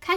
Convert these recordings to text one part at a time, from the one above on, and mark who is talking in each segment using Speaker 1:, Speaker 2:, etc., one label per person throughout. Speaker 1: 开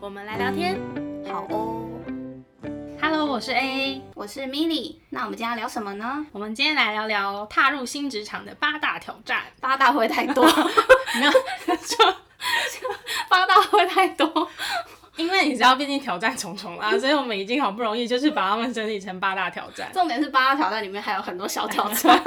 Speaker 2: 我们来聊天。
Speaker 1: 好哦，
Speaker 2: Hello，我是 A。
Speaker 1: 我是 Milly。那我们今天要聊什么呢？
Speaker 2: 我们今天来聊聊踏入新职场的八大挑战。
Speaker 1: 八大会太多，
Speaker 2: 没有， 就
Speaker 1: 八大会太多。
Speaker 2: 因为你知道，毕竟挑战重重 啦，所以我们已经好不容易就是把它们整理成八大挑战。
Speaker 1: 重点是八大挑战里面还有很多小挑 战。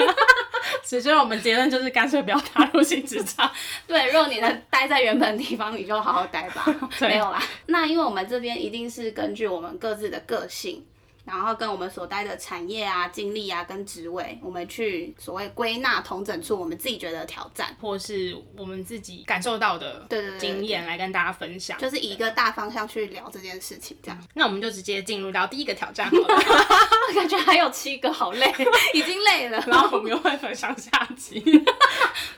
Speaker 2: 所以我们结论就是干脆不要踏入新职场。。
Speaker 1: 对，若你能待在原本地方，你就好好待 吧
Speaker 2: 对
Speaker 1: 没有啦，那因为我们这边一定是根据我们各自的个性，然后跟我们所待的产业啊、经历啊、跟职位，我们去所谓归纳、统整出我们自己觉得的挑战，
Speaker 2: 或是我们自己感受到的
Speaker 1: 对对对对
Speaker 2: 经验来跟大家分享。
Speaker 1: 就是以一个大方向去聊这件事情， 这样。
Speaker 2: 那我们就直接进入到第一个挑战好了，
Speaker 1: 感觉还有七个，好累， 已经累了。
Speaker 2: 然后我们又会分上下集。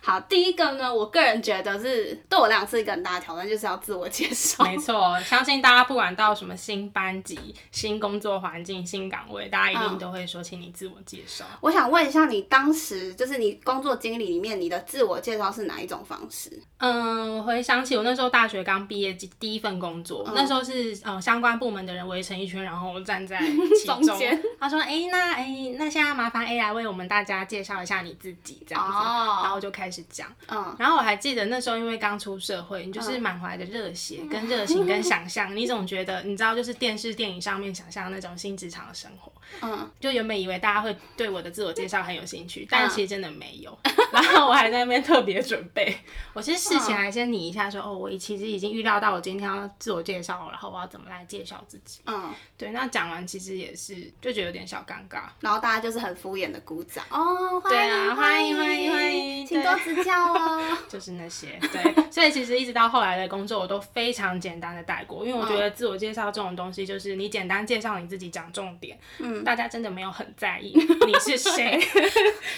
Speaker 1: 好，第一个呢，我个人觉得是对我来讲是一个很大的挑战，就是要自我介绍。
Speaker 2: 没错，相信大家不管到什么新班级、新工作环境、新岗位，大家一定
Speaker 1: 嗯
Speaker 2: 都会说，请你自我介绍。
Speaker 1: 我想问一下，你当时就是你工作经历里面，你的自我介绍是哪一种方式？
Speaker 2: 嗯，我回想起我那时候大学刚毕业第第一份工作，
Speaker 1: 嗯
Speaker 2: 那时候是呃相关部门的人围成一圈，然后我 站在其中。
Speaker 1: 中间
Speaker 2: 他说：“哎、那哎、那现在麻烦 A 来为我们大家介绍一下你自己，这样子。
Speaker 1: 哦
Speaker 2: 然后我就开始讲。
Speaker 1: 嗯，
Speaker 2: 然后我还记得那时候，因为刚出社会，你就是满怀着热血、跟热情、跟想象，你总觉得你知道，就是电视、电影上面想象那种新职场的生活。
Speaker 1: 嗯，
Speaker 2: 就原本以为大家会对我的自我介绍很有兴趣，但其实真的没有。 然后我还在那边特别准备，我其实事前还先拟一下说，哦，我其实已经预料到我今天要自我介绍了，然后我要怎么来介绍自己。
Speaker 1: 嗯，
Speaker 2: 对，那讲完其实也是就觉得有点小尴尬。
Speaker 1: 然后大家就是很敷衍的鼓掌哦，
Speaker 2: 对啊
Speaker 1: 欢迎
Speaker 2: 欢迎欢迎
Speaker 1: 请
Speaker 2: 对
Speaker 1: 多指教哦。
Speaker 2: 就是那些，对，所以其实一直到后来的工作，我都非常简单的带过，因为我觉得自我介绍这种东西，就是你简单介绍你自己，讲重点，嗯，大家真的没有很在意你是谁。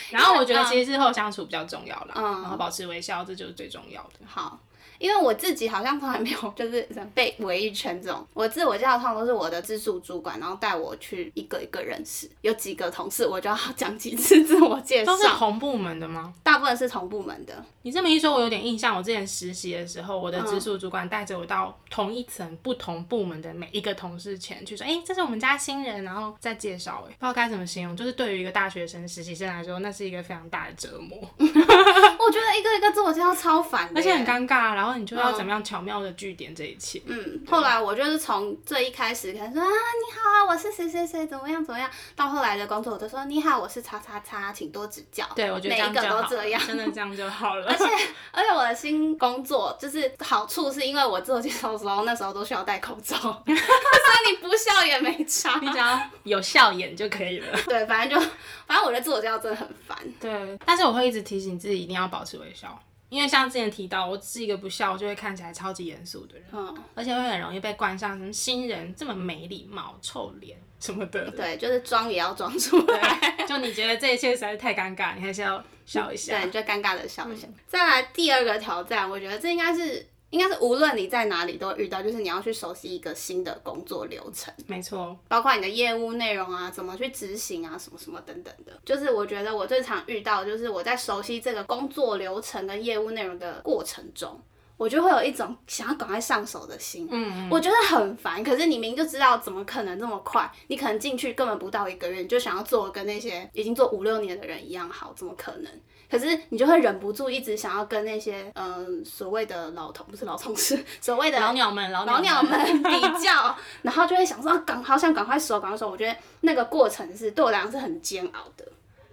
Speaker 2: 然后我觉得其实日后相处比较重要啦，
Speaker 1: 嗯
Speaker 2: 然后保持微笑，这就是最重要的。
Speaker 1: 好，因为我自己好像从来没有就是被围一圈这种，我自我介绍通常都是我的直属主管，然后带我去一个一个认识，有几个同事我就要讲几次自我介
Speaker 2: 都是
Speaker 1: 绍，
Speaker 2: 同部门的吗？
Speaker 1: 大部分是同部门的，
Speaker 2: 你这么一说，我有点印象。我之前实习的时候，我的
Speaker 1: 嗯
Speaker 2: 直属主管带着我到同一层不同部门的每一个同事前去说：“哎、这是我们家新人。”然后再介绍。哎，不知道该怎么形容，就是对于一个大学生、实习生来说，那是一个非常大的折磨，
Speaker 1: 我觉得一个一个自我介绍超烦的，
Speaker 2: 而且很。尴尬。然后你就要怎么样巧妙的据点这一切。
Speaker 1: 嗯，后来我就是从最一开始开始说啊，你好啊，我是谁谁谁，怎么样怎么样，到后来的工作我都说你好，我是叉叉叉，请多指教。
Speaker 2: 对，我觉得
Speaker 1: 每一
Speaker 2: 这样就
Speaker 1: 个
Speaker 2: 好
Speaker 1: 都
Speaker 2: 了，
Speaker 1: 这样，
Speaker 2: 真的这样就好了。
Speaker 1: 而且而且我的新工作就是好处是因为我自我介绍的时候，那时候都需要戴口 罩，所以你不笑也没差
Speaker 2: 你。只要有笑眼就可以了。
Speaker 1: 对，反正就反正我觉得自我介绍真的很烦。
Speaker 2: 对，但是我会一直提醒自己一定要保持微笑，因为像之前提到，我是一个不笑就会看起来超级严肃的人，
Speaker 1: 嗯，
Speaker 2: 而且会很容易被冠上什么新人这么没礼貌、臭脸什么的。
Speaker 1: 对，就是装也要装出来，
Speaker 2: 对， 就你觉得这一切实在是太尴尬，你还是要笑一下
Speaker 1: 对，。你就尴尬的笑一下。再来第二个挑战，我觉得这应该是应该是无论你在哪里都会遇到，就是你要去熟悉一个新的工作流程。
Speaker 2: 没错，
Speaker 1: 包括你的业务内容啊，怎么去执行啊，什么什么等等的。就是我觉得我最常遇到，就是我在熟悉这个工作流程跟业务内容的过程中，我就会有一种想要赶快上手的心。
Speaker 2: 嗯，
Speaker 1: 我觉得很烦，可是你明明就知道，怎么可能这么快？你可能进去根本不到一个月，你就想要做跟那些已经做五六年的人一样好，怎么可能？可是你就会忍不住一直想要跟那些嗯、呃所谓的老同不是老同事， 所谓的
Speaker 2: 老鸟们，老
Speaker 1: 老
Speaker 2: 鸟
Speaker 1: 鸟
Speaker 2: 们，
Speaker 1: 们 比较，然后就会想说，啊赶好想赶快熟，赶快熟。我觉得那个过程是对我来讲是很煎熬的。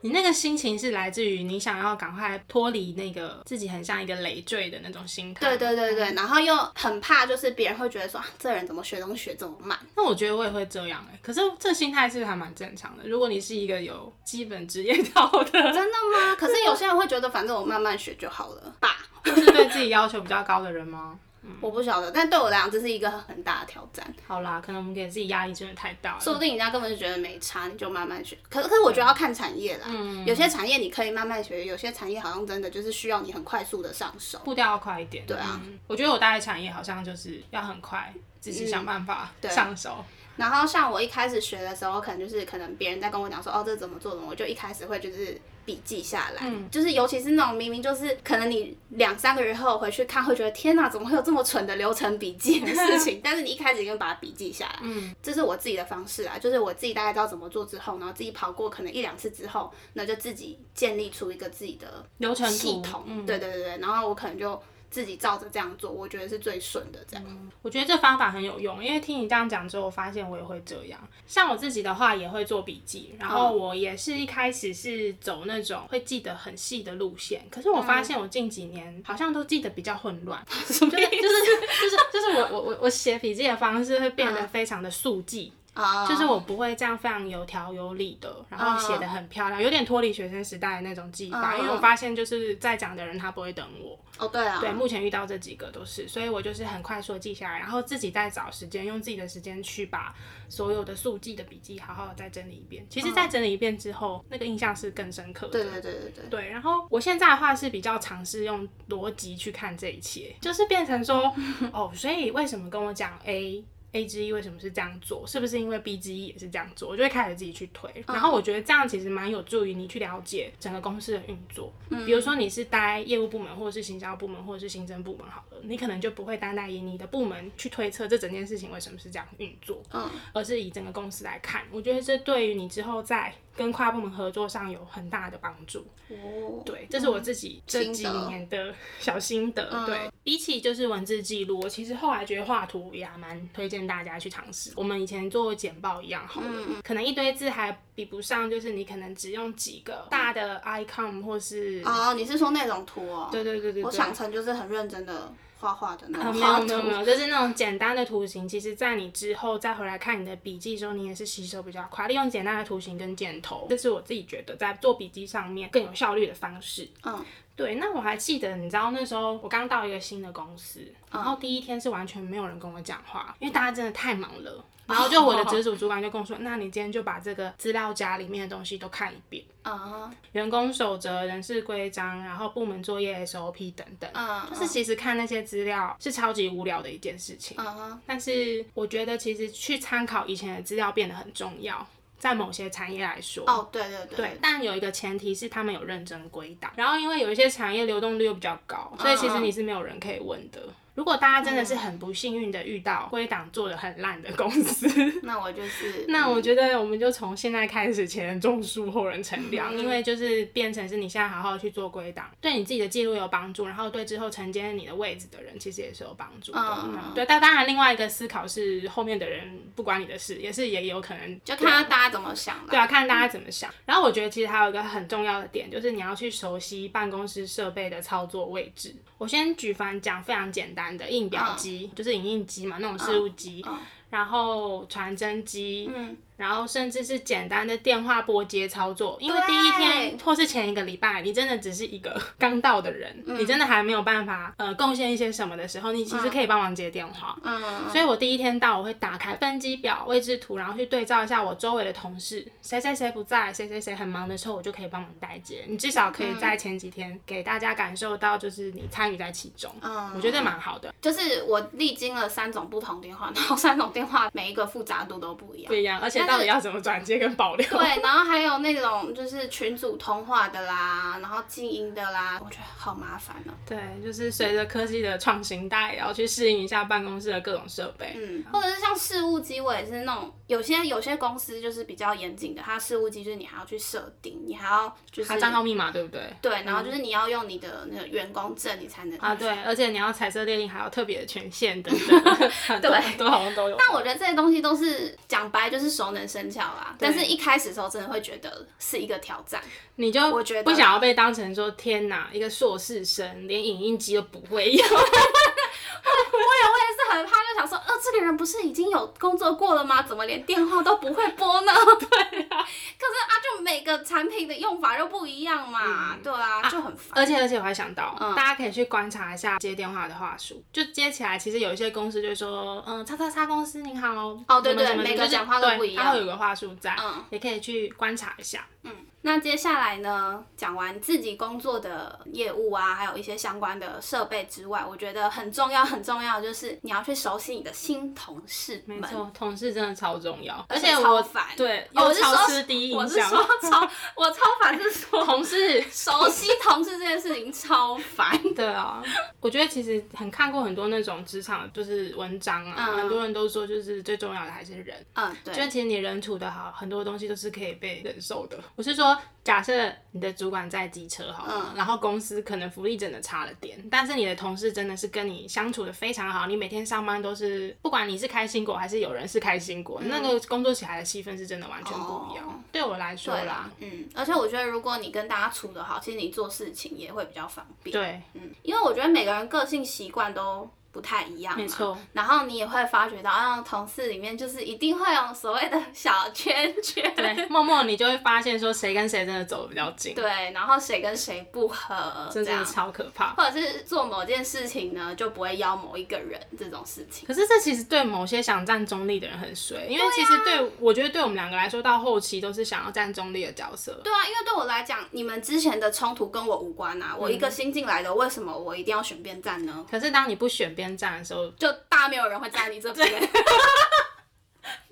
Speaker 2: 你那个心情是来自于你想要赶快脱离那个自己很像一个累赘的那种心态。
Speaker 1: 对对对对，然后又很怕，就是别人会觉得说，啊这人怎么学东西学这么慢？
Speaker 2: 那我觉得我也会这样哎、可是这心态是还蛮正常的。如果你是一个有基本职业道 德，
Speaker 1: 真的 吗？可是有些人会觉得，反正我慢慢学就好了吧。
Speaker 2: 就是对自己要求比较高的人吗？
Speaker 1: 我不晓得，但对我来讲，这是一个很大的挑战。
Speaker 2: 好啦，可能我们给自己压力真的太大了。
Speaker 1: 说不定人家根本就觉得没差，你就慢慢学。可可是我觉得要看产业啦，有些产业你可以慢慢学，有些产业好像真的就是需要你很快速的上手。
Speaker 2: 步调要快一点。
Speaker 1: 对啊
Speaker 2: 嗯我觉得我待的产业好像就是要很快，自己想办法
Speaker 1: 嗯对
Speaker 2: 上手。
Speaker 1: 然后像我一开始学的时候，可能就是可能别人在跟我讲说哦这怎么做的，我就一开始会就是笔记下来，
Speaker 2: 嗯
Speaker 1: 就是尤其是那种明明就是可能你两三个月后回去看会觉得天哪，怎么会有这么蠢的流程笔记的事 情？但是你一开始就把它笔记下来，嗯，这是我自己的方式啊，就是我自己大概知道怎么做之后，然后自己跑过可能一两次之后，那就自己建立出一个自己的
Speaker 2: 流程图
Speaker 1: 系统，
Speaker 2: 嗯
Speaker 1: 对对对对，然后我可能就自己照着这样做，我觉得是最顺的这
Speaker 2: 嗯
Speaker 1: 样，
Speaker 2: 我觉得这方法很有用，因为听你这样讲之后，我发现我也会这样。像我自己的话，也会做笔记，然
Speaker 1: 嗯
Speaker 2: 后我也是一开始是走那种会记得很细的路线，可是我发
Speaker 1: 嗯
Speaker 2: 现我近几年好像都记得比较混 乱，就是 就是就是就是我我我我写笔记的方式会变得
Speaker 1: 嗯
Speaker 2: 非常的速记。
Speaker 1: 啊
Speaker 2: 就是我不会这样非常有条有理的，然后写的很漂亮，有点脱离学生时代的那种记法。
Speaker 1: 嗯
Speaker 2: 因为我发现就是在讲的人他不会等我，
Speaker 1: 哦对啊，
Speaker 2: 对，目前遇到这几个都是，所以我就是很快速地记下来，然后自己再找时间，用自己的时间去把所有的速记的笔记好好的再整理一遍。
Speaker 1: 嗯
Speaker 2: 其实，在整理一遍之后，那个印象是更深刻的。
Speaker 1: 对对对对对。
Speaker 2: 对，然后我现在的话是比较尝试用逻辑去看这一切，就是变成说，哦，所以为什么跟我讲 A A 之一为什么是这样做，是不是因为 B 之一也是这样做，我就会开始自己去推。然后我觉得这样其实蛮有助于你去了解整个公司的运作。比如说你是待业务部门，或者是行销部门，或者是行政部门好了，你可能就不会单单以你的部门去推测这整件事情为什么是这样运作，
Speaker 1: 嗯，
Speaker 2: 而是以整个公司来看。我觉得这对于你之后在跟跨部门合作上有很大的帮助。
Speaker 1: 哦，
Speaker 2: 对，这是我自己这
Speaker 1: 心
Speaker 2: 几
Speaker 1: 得嗯
Speaker 2: 年的小心得。对，比起就是文字记录，我其实后来觉得画图也还蛮推荐大家去尝试。我们以前做简报一样好了，
Speaker 1: 嗯
Speaker 2: 可能一堆字还比不上，就是你可能只用几个大的 icon 或是。
Speaker 1: 哦，你是说那种图哦？
Speaker 2: 对对对对对，
Speaker 1: 我想成就是很认真的画画的那
Speaker 2: 啊，
Speaker 1: 种
Speaker 2: 没
Speaker 1: 画
Speaker 2: 有没有没
Speaker 1: 图。
Speaker 2: 有，就是那种简单的图形，其实在你之后再回来看你的笔记的时候，你也是吸收比较快。利用简单的图形跟箭头，这是我自己觉得在做笔记上面更有效率的方式。
Speaker 1: 嗯，
Speaker 2: 对，那我还记得，你知道那时候我刚到一个新的公司，然后第一天是完全没有人跟我讲话，因为大家真的太忙了。然后就我的直属主管就跟我说，那你今天就把这个资料夹里面的东西都看一遍，
Speaker 1: 啊，
Speaker 2: 员工守则、人事规章，然后部门作业 SOP 等等。
Speaker 1: 嗯
Speaker 2: 就是其实看那些资料是超级无聊的一件事情。
Speaker 1: 啊，
Speaker 2: 但是我觉得其实去参考以前的资料变得很重要，在某些产业来说。
Speaker 1: 哦，对对
Speaker 2: 对，，但有一个前提是他们有认真归档，然后因为有一些产业流动率又比较高，
Speaker 1: 嗯
Speaker 2: 所以其实你是没有人可以问的。如果大家真的是很不幸运的遇到归档做的很烂的公司，
Speaker 1: 那我就是
Speaker 2: 那我觉得我们就从现在开始，前人种树，后人乘
Speaker 1: 嗯
Speaker 2: 凉，因为就是变成是你现在好好去做归档，对你自己的记录有帮助，然后对之后承接你的位置的人其实也是有帮助的。
Speaker 1: 嗯
Speaker 2: 嗯对，但当然另外一个思考是后面的人不管你的事，也是也有可能
Speaker 1: 就看看大家怎么想
Speaker 2: 对
Speaker 1: 啦。
Speaker 2: 啊，看大家怎么想。然后我觉得其实还有一个很重要的点，就是你要去熟悉办公室设备的操作位置。我先举凡讲非常简单的印表机，就是影印机嘛，那种事务机，
Speaker 1: 嗯
Speaker 2: 然后传真机，
Speaker 1: 嗯，
Speaker 2: 然后甚至是简单的电话拨接操作。因为第一天或是前一个礼拜，你真的只是一个刚到的人，你真的还没有办法呃贡献一些什么的时候，你其实可以帮忙接电话。
Speaker 1: 嗯，
Speaker 2: 所以我第一天到，我会打开分机表、位置图，然后去对照一下我周围的同事，谁谁谁不在，谁谁谁很忙的时候，我就可以帮忙代接。你至少可以在前几天给大家感受到，就是你参与在其中，
Speaker 1: 嗯
Speaker 2: 我觉得蛮好的。
Speaker 1: 就是我历经了三种不同电话，然后三种电话每一个复杂度都不一样
Speaker 2: 不。一样，而且到底要怎么转接跟保留？
Speaker 1: 对，然后还有那种就是群组通话的啦，然后静音的啦，我觉得好麻烦哦、
Speaker 2: 对，就是随着科技的创新，大家也要去适应一下办公室的各种设备。
Speaker 1: 嗯，或者是像事务机，我也是那种有些有些公司就是比较严谨的，它事务机就是你还要去设定，你还要嗯就是
Speaker 2: 它账号密码对不对？
Speaker 1: 对，然后就是你要用你的那个员工证，你才能
Speaker 2: 啊，。对，而且你要彩色列印，还有特别的权 限等等，很多
Speaker 1: 对
Speaker 2: 很多好像都有。
Speaker 1: 但我觉得这些东西都是讲白就是熟能生巧啦，但是一开始的时候真的会觉得是一个挑战。
Speaker 2: 你就
Speaker 1: 我觉得
Speaker 2: 不想要被当成说天哪，一个硕士生连影印机都不会用，
Speaker 1: 我也是很怕，就想说，呃，这个人不是已经有工作过了吗？怎么连电话都不会拨呢？
Speaker 2: 对啊，
Speaker 1: 可是啊，就每个产品的用法又不一样嘛，对啊，就很烦。
Speaker 2: 而且而且我还想到，
Speaker 1: 嗯
Speaker 2: 大家可以去观察一下接电话的话术，就接起来，其实有一些公司就会说，嗯，叉叉叉公司您好，
Speaker 1: 哦对
Speaker 2: 什么
Speaker 1: 对
Speaker 2: 什么
Speaker 1: 每个
Speaker 2: 就是
Speaker 1: 讲话都
Speaker 2: 对
Speaker 1: 不一样
Speaker 2: 它会有个话术在，
Speaker 1: 嗯
Speaker 2: 也可以去观察一下。
Speaker 1: 那接下来呢，讲完自己工作的业务啊，还有一些相关的设备之外，我觉得很重要很重要的就是你要去熟悉你的新同事
Speaker 2: 没
Speaker 1: 们。
Speaker 2: 错，同事真的超重要，
Speaker 1: 而
Speaker 2: 而
Speaker 1: 且
Speaker 2: 且我
Speaker 1: 超烦
Speaker 2: 对，
Speaker 1: 哦
Speaker 2: 有
Speaker 1: 我是
Speaker 2: 超
Speaker 1: 说
Speaker 2: 吃第一
Speaker 1: 我
Speaker 2: 印
Speaker 1: 是
Speaker 2: 象
Speaker 1: 说，超，我超烦是说
Speaker 2: 同事
Speaker 1: 熟悉同事这件事情超烦。
Speaker 2: 对啊，我觉得其实很看过很多那种职场就是文章啊，
Speaker 1: 嗯
Speaker 2: 很多人都说就是最重要的还是人，
Speaker 1: 嗯，
Speaker 2: 就
Speaker 1: 对，
Speaker 2: 其实你人处得好，很多东西都是可以被忍受的。我是说，假设你的主管在机车好
Speaker 1: 嗯
Speaker 2: 了，然后公司可能福利真的差了点，但是你的同事真的是跟你相处的非常好，你每天上班都是不管你是开心果还是有人是开心果，那个工作起来的气氛是真的完全不一样。
Speaker 1: 嗯哦
Speaker 2: 对我来说
Speaker 1: 对
Speaker 2: 啦
Speaker 1: 啦，，嗯，而且我觉得如果你跟大家处得好，其实你做事情也会比较方便。
Speaker 2: 对，
Speaker 1: 嗯，因为我觉得每个人个性习惯都不太一样嘛，
Speaker 2: 没错。
Speaker 1: 然后你也会发觉到，啊，同事里面就是一定会有所谓的小圈圈，
Speaker 2: 对，默默你就会发现说谁跟谁真的走得比较近，
Speaker 1: 对，然后谁跟谁不合，
Speaker 2: 真
Speaker 1: 这样
Speaker 2: 的，超可怕。
Speaker 1: 或者是做某件事情呢，就不会邀某一个人这种事情。
Speaker 2: 可是这其实对某些想站中立的人很衰，因为其实对、啊我觉得对我们两个来说，到后期都是想要站中立的角色。
Speaker 1: 对啊，因为对我来讲，你们之前的冲突跟我无关
Speaker 2: 嗯
Speaker 1: 啊，我一个新进来的，为什么我一定要选边站呢？
Speaker 2: 可是当你不选边站的时候，
Speaker 1: 就大没有人会站你这边，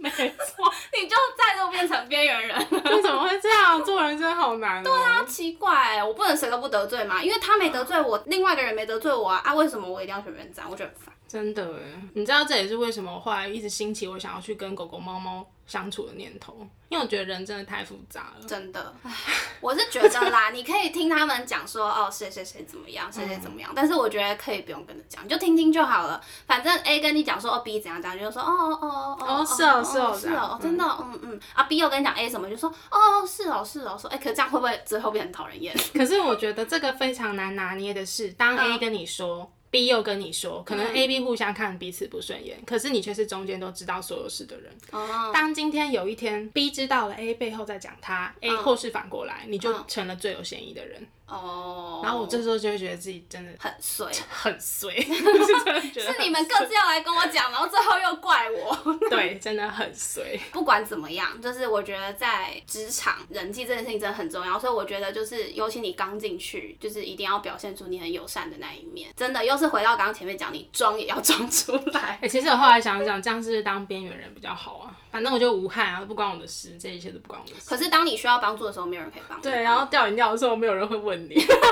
Speaker 2: 没 错，
Speaker 1: 你就再度变成边缘人。
Speaker 2: 为什么会这样？做人真好难、哦。对
Speaker 1: 啊，奇怪、我不能谁都不得罪嘛，因为他没得罪我，另外一个人没得罪我啊，啊，为什么我一定要选边站？我觉得很烦。
Speaker 2: 真的哎，你知道这也是为什么我后来一直兴起我想要去跟狗狗、猫猫相处的念头，因为我觉得人真的太复杂 了。
Speaker 1: 真的， 唉我是觉得啦，你可以听他们讲说哦谁谁谁怎么样，谁谁怎么样，但是我觉得可以不用跟着讲，你就听听就好了。反正 A 跟你讲说哦 B 怎样怎样，你就说哦哦哦
Speaker 2: 哦是哦是
Speaker 1: 是
Speaker 2: 哦
Speaker 1: 是
Speaker 2: 这样
Speaker 1: 哦，真的哦嗯嗯啊 B 又跟你讲 A 什么，就说哦是哦是哦说哎，可这样会不会最后变很讨人厌？
Speaker 2: 可是我觉得这个非常难拿捏的是，当 A 跟你说。B 又跟你说，可能 A、B 互相看彼此不顺眼，可是你却是中间都知道所有事的人。
Speaker 1: 哦，
Speaker 2: 当今天有一天 B 知道了 A 背后在讲他，A 后事反过来，你就成了最有嫌疑的人。
Speaker 1: 哦，
Speaker 2: 然后我这时候就会觉得自己真的
Speaker 1: 很碎，
Speaker 2: 很 衰，是真的觉得
Speaker 1: 是你们各自要来跟我讲，然后最后又怪我。
Speaker 2: 对，真的很 衰。
Speaker 1: 不管怎么样，就是我觉得在职场人际这件事情真的很重要，所以我觉得就是，尤其你刚进去，就是一定要表现出你很友善的那一面。真的，又是回到刚刚前面讲，你装也要装出来。
Speaker 2: 哎、其实我后来想一想，这样是不是当边缘人比较好啊？反正我就无害啊，不关我的事，这一切都不关我的事。
Speaker 1: 可是当你需要帮助的时候，没有人可以帮。，
Speaker 2: 对，然啊后掉饮料的时候，没有人会问你。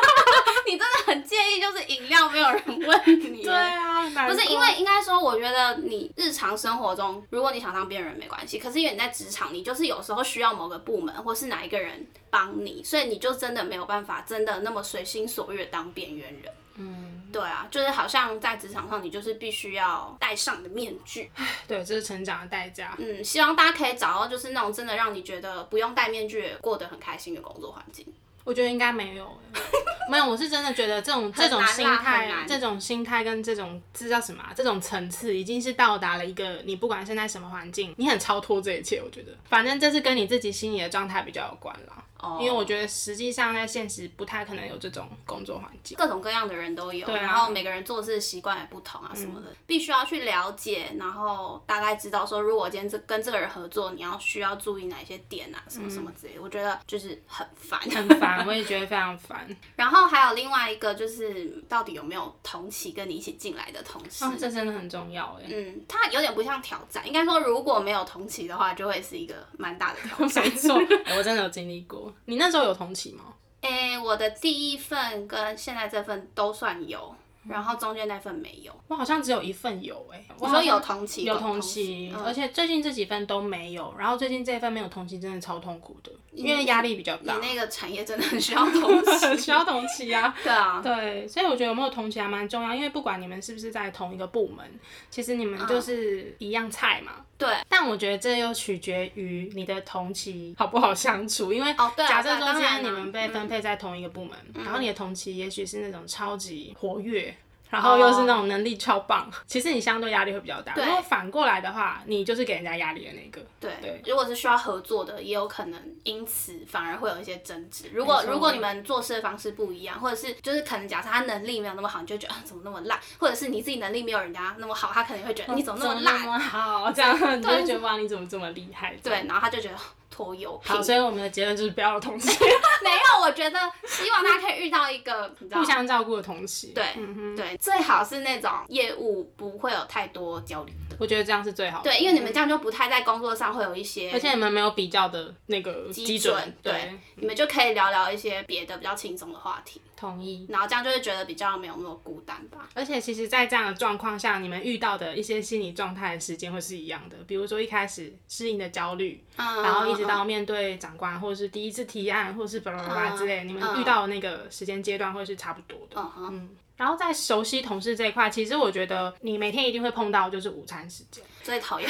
Speaker 1: 你真的很介意，就是饮料没有人问你。
Speaker 2: 对。啊，
Speaker 1: 不
Speaker 2: 不
Speaker 1: 是因为应该说，我觉得你日常生活中，如果你想当边缘人没关系，可是因为你在职场，你就是有时候需要某个部门或是哪一个人帮你，所以你就真的没有办法真的那么随心所欲地当边缘人。嗯，对啊，就是好像在职场上，你就是必须要戴上你的面具。
Speaker 2: 对，这是成长的代价。
Speaker 1: 嗯，希望大家可以找到就是那种真的让你觉得不用戴面具也过得很开心的工作环境。
Speaker 2: 我觉得应该没有欸，没有，我是真的觉得这种这种
Speaker 1: 难啦
Speaker 2: 心
Speaker 1: 很
Speaker 2: 态
Speaker 1: 难，
Speaker 2: 这种心态跟这种这叫什么啊、这种层次已经是到达了一个你不管现在什么环境，你很超脱这一切。我觉得，反正这是跟你自己心理的状态比较有关啦。
Speaker 1: 哦
Speaker 2: 因为我觉得实际上在现实不太可能有这种工作环境。
Speaker 1: 各种各样的人都有，
Speaker 2: 对啊嗯
Speaker 1: 然后每个人做事习惯也不同啊什么的，必须要去了解，然后大概知道说，如果我今天这跟这个人合作，你要需要注意哪些点啊，什么什么之类的，我觉得就是很烦。
Speaker 2: 嗯很 烦，我也觉得非常烦。
Speaker 1: 然后还有另外一个就是，到底有没有同期跟你一起进来的同事？
Speaker 2: 哦，这真的很重要哎。
Speaker 1: 嗯，它有点不像挑战，应该说如果没有同期的话，就会是一个蛮大的挑战。
Speaker 2: 没错，我真的有经历过。你那时候有同期吗？
Speaker 1: 诶、我的第一份跟现在这份都算有，然后中间那份没有。
Speaker 2: 我好像只有一份有哎、
Speaker 1: 我
Speaker 2: 我好
Speaker 1: 说
Speaker 2: 像
Speaker 1: 有同期，
Speaker 2: 有同
Speaker 1: 期
Speaker 2: 期，，嗯而且最近这几份都没有，然后最近这一份没有同期真的超痛苦的，因为压力比较
Speaker 1: 你
Speaker 2: 大，
Speaker 1: 那个产业真的很需要同 期。
Speaker 2: 需要同期啊。
Speaker 1: 对啊，
Speaker 2: 对，所以我觉得有没有同期还蛮重要，因为不管你们是不是在同一个部门，其实你们就是一样菜嘛。
Speaker 1: 对，
Speaker 2: 但我觉得这又取决于你的同期好不好相处，因为
Speaker 1: 哦对啊
Speaker 2: 假
Speaker 1: 对
Speaker 2: 设
Speaker 1: 啊嗯
Speaker 2: 说今
Speaker 1: 当然啊
Speaker 2: 天你们被分配在同一个部门，然后你的同期也许是那种超级活跃。
Speaker 1: 哦
Speaker 2: 然后又是那种能力超棒，其实你相对压力会比较大。
Speaker 1: 对
Speaker 2: 如果反过来的话，你就是给人家压力的那个。
Speaker 1: 对，如果是需要合作的，也有可能因此反而会有一些争执。如果
Speaker 2: 没错
Speaker 1: 如果你们做事的方式不一样，或者是就是可能假设他能力没有那么好，你就觉得啊怎么那么烂，或者是你自己能力没有人家那么好，他可能会觉哦得你怎么那么烂，
Speaker 2: 哦么好？这样你就觉得哇，你怎么这么厉害？
Speaker 1: 对，。然后他就觉得 啊拖油瓶
Speaker 2: 好，。所以我们的结论就是不要有同期，
Speaker 1: 没有，我觉得希望大家可以遇到一个你知道
Speaker 2: 互。相照顾的同嗯期。
Speaker 1: 啊对、对，最好是那种业务不会有太多交流的。
Speaker 2: 我觉得这样是最好的。嗯
Speaker 1: 对，因为你们这样就不太在工作上会有一些，
Speaker 2: 而且你们没有比较的那个
Speaker 1: 基
Speaker 2: 基
Speaker 1: 准，对
Speaker 2: 对，，
Speaker 1: 你们就可以聊聊一些别的比较轻松的话题，
Speaker 2: 同意。
Speaker 1: 然后这样就会觉得比较没有那么孤单吧。
Speaker 2: 而且其实，在这样的状况下，你们遇到的一些心理状态的时间会是一样的。比如说一开始适应的焦虑，
Speaker 1: 嗯，
Speaker 2: 然后一直到面对长官，或者是第一次提案，或者是巴拉巴拉之类，
Speaker 1: 嗯
Speaker 2: 你们遇到的那个时间阶段会是差不多的。
Speaker 1: 嗯哼，
Speaker 2: 然后在熟悉同事这一块，其实我觉得你每天一定会碰到就是午餐时间。
Speaker 1: 最讨 厌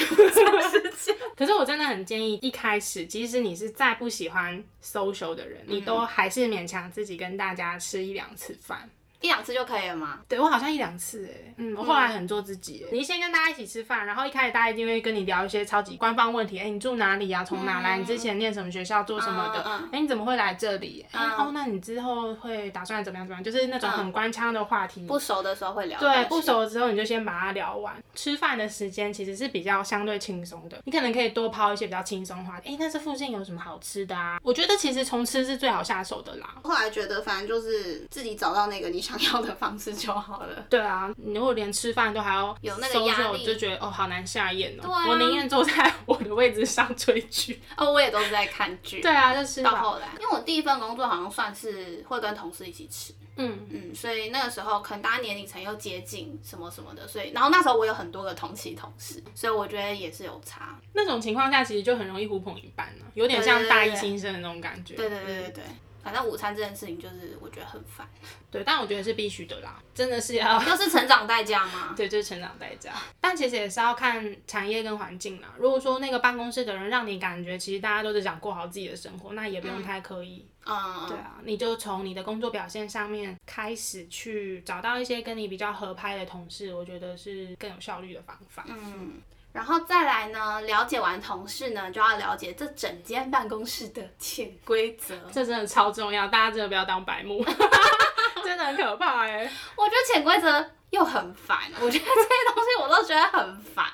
Speaker 2: 可是我真的很建议，一开始即使你是再不喜欢 social 的人，
Speaker 1: 嗯
Speaker 2: 你都还是勉强自己跟大家吃一两次饭。
Speaker 1: 一两次就可以了吗？
Speaker 2: 对我好像一两次哎、嗯，我后来很做自己、欸。你先跟大家一起吃饭，然后一开始大家一定会跟你聊一些超级官方问题，哎、你住哪里啊？从哪来？你之前念什么学校？做什么的？哎、
Speaker 1: 嗯嗯
Speaker 2: 你怎么会来这里？哎、哦，那你之后会打算怎么样怎么样？就是那种很官腔嗯的话题。
Speaker 1: 不熟的时候会聊，
Speaker 2: 对，不。熟之后你就先把它聊完。吃饭的时间其实是比较相对轻松的，你可能可以多抛一些比较轻松的话题。哎、那这附近有什么好吃的啊？我觉得其实从吃是最好下手的啦。
Speaker 1: 后来觉得反正就是自己找到那个你想要的方式就好了。
Speaker 2: 对啊，你如果连吃饭都还要
Speaker 1: 有那个压
Speaker 2: social，
Speaker 1: 力
Speaker 2: 就觉得哦好难下咽哦。
Speaker 1: 对啊
Speaker 2: 我宁愿坐在我的位置上追 剧。
Speaker 1: 哦，我也都是在看剧。
Speaker 2: 对啊，就吃
Speaker 1: 到
Speaker 2: 饱。
Speaker 1: 后来，因为我第一份工作好像算是会跟同事一起吃，
Speaker 2: 嗯，
Speaker 1: 嗯，所以那个时候可能大家年龄层又接近什么什么的，所以然后那时候我有很多个同期同事，所以我觉得也是有差。
Speaker 2: 那种情况下其实就很容易呼朋引伴了、啊有点像大一新生的那种感觉。
Speaker 1: 对对对对对，反正午餐这件事情就是我觉得很烦，
Speaker 2: 对，但我觉得是必须的啦，真的是要。
Speaker 1: 又是成长代价吗？
Speaker 2: 对，就是成长代价，但其实也是要看产业跟环境啦。如果说那个办公室的人让你感觉其实大家都是想过好自己的生活，那也不用太刻意
Speaker 1: 嗯，
Speaker 2: 对啊，你就从你的工作表现上面开始去找到一些跟你比较合拍的同事，我觉得是更有效率的方法。
Speaker 1: 嗯。然后再来呢，了解完同事呢，就要了解这整间办公室的潜规则。
Speaker 2: 这真的超重要，大家真的不要当白 目，真的很可怕哎、
Speaker 1: 我觉得潜规则又很烦，我觉得这些东西我都觉得很烦，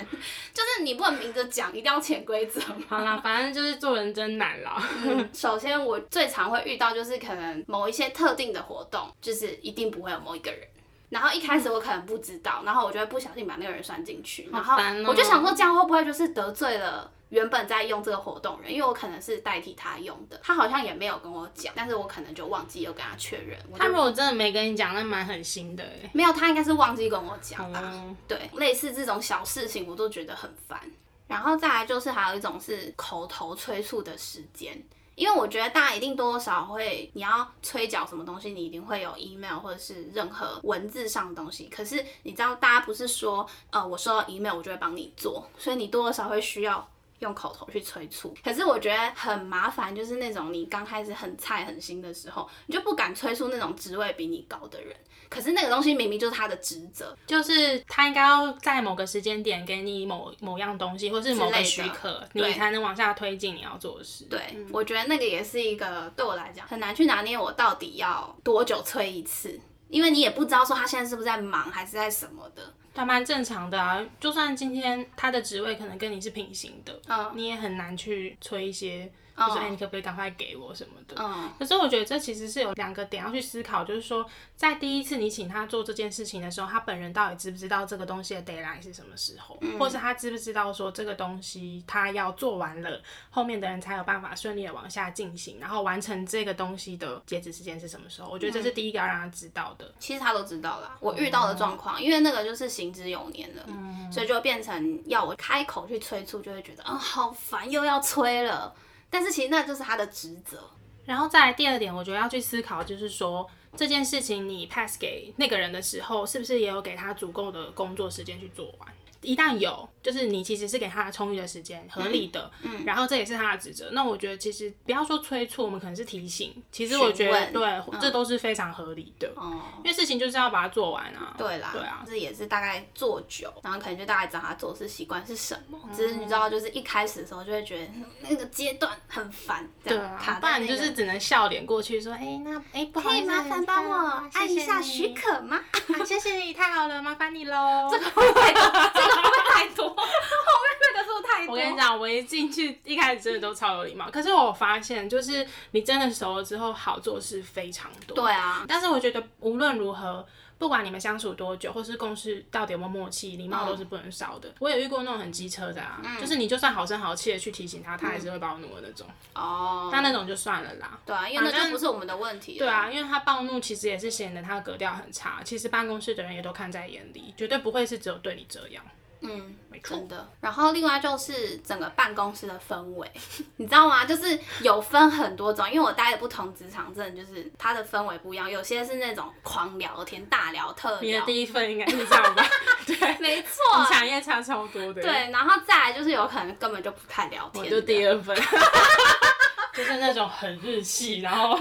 Speaker 1: 就是你不能明着讲，一定要潜规则嘛。
Speaker 2: 好啦，反正就是做人真难啦。
Speaker 1: 嗯首先，我最常会遇到就是可能某一些特定的活动，就是一定不会有某一个人。然后一开始我可能不知道，然后我就会不小心把那个人算进去，然后
Speaker 2: 好烦哦
Speaker 1: 我就想说这样会不会就是得罪了原本在用这个活动人，因为我可能是代替他用的，他好像也没有跟我讲，但是我可能就忘记又跟他确认，我就
Speaker 2: 他如果真的没跟你讲，那蛮狠心的哎、
Speaker 1: 没有，他应该是忘记跟我讲吧。
Speaker 2: 哦，
Speaker 1: 对，类似这种小事情我都觉得很烦。然后再来就是还有一种是口头催促的时间，因为我觉得大家一定多多少少会，你要催缴什么东西，你一定会有 email 或者是任何文字上的东西。可是你知道，大家不是说，呃，我收到 email 我就会帮你做，所以你多多少少会需要。用口头去催促，可是我觉得很麻烦，就是那种你刚开始很菜很新的时候，你就不敢催促那种职位比你高的人。可是那个东西明明就是他的职责，
Speaker 2: 就是他应该要在某个时间点给你某某样东西，或是某
Speaker 1: 之类
Speaker 2: 个
Speaker 1: 的
Speaker 2: 许可，
Speaker 1: 对
Speaker 2: 你才能往下推进你要做的事。
Speaker 1: 对，我觉得那个也是一个对我来讲很难去拿捏，我到底要多久催一次，因为你也不知道说他现在是不是在忙还是在什么的。
Speaker 2: 还蛮正常的啊。就算今天他的职位可能跟你是平行的，
Speaker 1: 嗯
Speaker 2: 你也很难去催一些，就
Speaker 1: 嗯
Speaker 2: 是哎、你可不可以赶快给我什么的。
Speaker 1: 嗯
Speaker 2: 可是我觉得这其实是有两个点要去思考，就是说，在第一次你请他做这件事情的时候，他本人到底知不知道这个东西的 deadline 是什么时候，
Speaker 1: 嗯
Speaker 2: 或是他知不知道说这个东西他要做完了，后面的人才有办法顺利的往下进行，然后完成这个东西的截止时间是什么时候？我觉得这是
Speaker 1: 嗯
Speaker 2: 第一个要让他知道的。
Speaker 1: 其实他都知道啦，
Speaker 2: 嗯
Speaker 1: 我遇到的状况，因为那个就是行之有年了，所以就变成要我开口去催促，就会觉得啊、好烦，又要催了。但是其实那就是他的职责，
Speaker 2: 然后再来第二点，我觉得要去思考，就是说这件事情你 pass 给那个人的时候，是不是也有给他足够的工作时间去做完？一旦有，就是你其实是给他充裕的时间，合理的，
Speaker 1: 嗯
Speaker 2: 然后这也是他的职责。那我觉得其实不要说催促，我们可能是提醒，其实我觉得
Speaker 1: 询问
Speaker 2: 对，这都是非常合理的，
Speaker 1: 哦，
Speaker 2: 因为事情就是要把它做完啊。
Speaker 1: 对啦，
Speaker 2: 对啊，
Speaker 1: 这也是大概做久，然后可能就大概知道他做事习惯是什么。
Speaker 2: 嗯
Speaker 1: 只是你知道，就是一开始的时候就会觉得嗯那个阶段很烦，这
Speaker 2: 对
Speaker 1: 样、
Speaker 2: 啊
Speaker 1: 卡，
Speaker 2: 不
Speaker 1: 在
Speaker 2: 然
Speaker 1: 那
Speaker 2: 就
Speaker 1: 个
Speaker 2: 是只能笑脸过去说，哎、那哎、不好
Speaker 1: 可
Speaker 2: 意
Speaker 1: 以
Speaker 2: 思，
Speaker 1: 麻烦帮我按一下许
Speaker 2: 许可。
Speaker 1: 可吗？
Speaker 2: 啊，谢谢你， 太好了，麻烦你喽。
Speaker 1: 这个会不会 这个会不会太 多？后面那个是不是太多？
Speaker 2: 我跟你，讲，我一进去一开始真的都超有礼貌，可是我发现就是你真的熟了之后，好做事非常多。
Speaker 1: 对啊，
Speaker 2: 但是我觉得无论如何，不管你们相处多久，或是共事到底有没有默契，礼貌都
Speaker 1: 嗯
Speaker 2: 是不能少的。我也遇过那种很机车的啊，就是你就算好声好气的去提醒他，他还是会暴怒的那种。
Speaker 1: 哦，
Speaker 2: 那、那种就算了啦。
Speaker 1: 对啊，因为
Speaker 2: 反
Speaker 1: 那就
Speaker 2: 正
Speaker 1: 不是我们的问题。
Speaker 2: 对，啊，因为他暴怒其实也是显得他的格调很差，其实办公室的人也都看在眼里，绝对不会是只有对你这样。
Speaker 1: 嗯，
Speaker 2: 没错
Speaker 1: 真的。然后另外就是整个办公室的氛围， 你知道吗？就是有分很多种，因为我待的不同职场，真的就是它的氛围不一样。有些是那种狂聊天、大聊特
Speaker 2: 你的
Speaker 1: 聊，
Speaker 2: 第一份应该是这 样吧？对，
Speaker 1: 没错。
Speaker 2: 你产业差超多的。，
Speaker 1: 对，然后再来就是有可能根本就不太聊天
Speaker 2: 我
Speaker 1: 的，
Speaker 2: 哦就第二份， 就是那种很日系，然后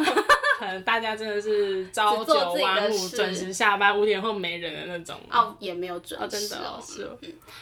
Speaker 2: 可能大家真的是朝
Speaker 1: 只做
Speaker 2: 九
Speaker 1: 自己
Speaker 2: 晚
Speaker 1: 的
Speaker 2: 五，
Speaker 1: 事
Speaker 2: 准时下班，五点后没人的那种。
Speaker 1: 哦，也没有准
Speaker 2: 哦，真
Speaker 1: 时
Speaker 2: 的
Speaker 1: 哦
Speaker 2: 哦，是哦，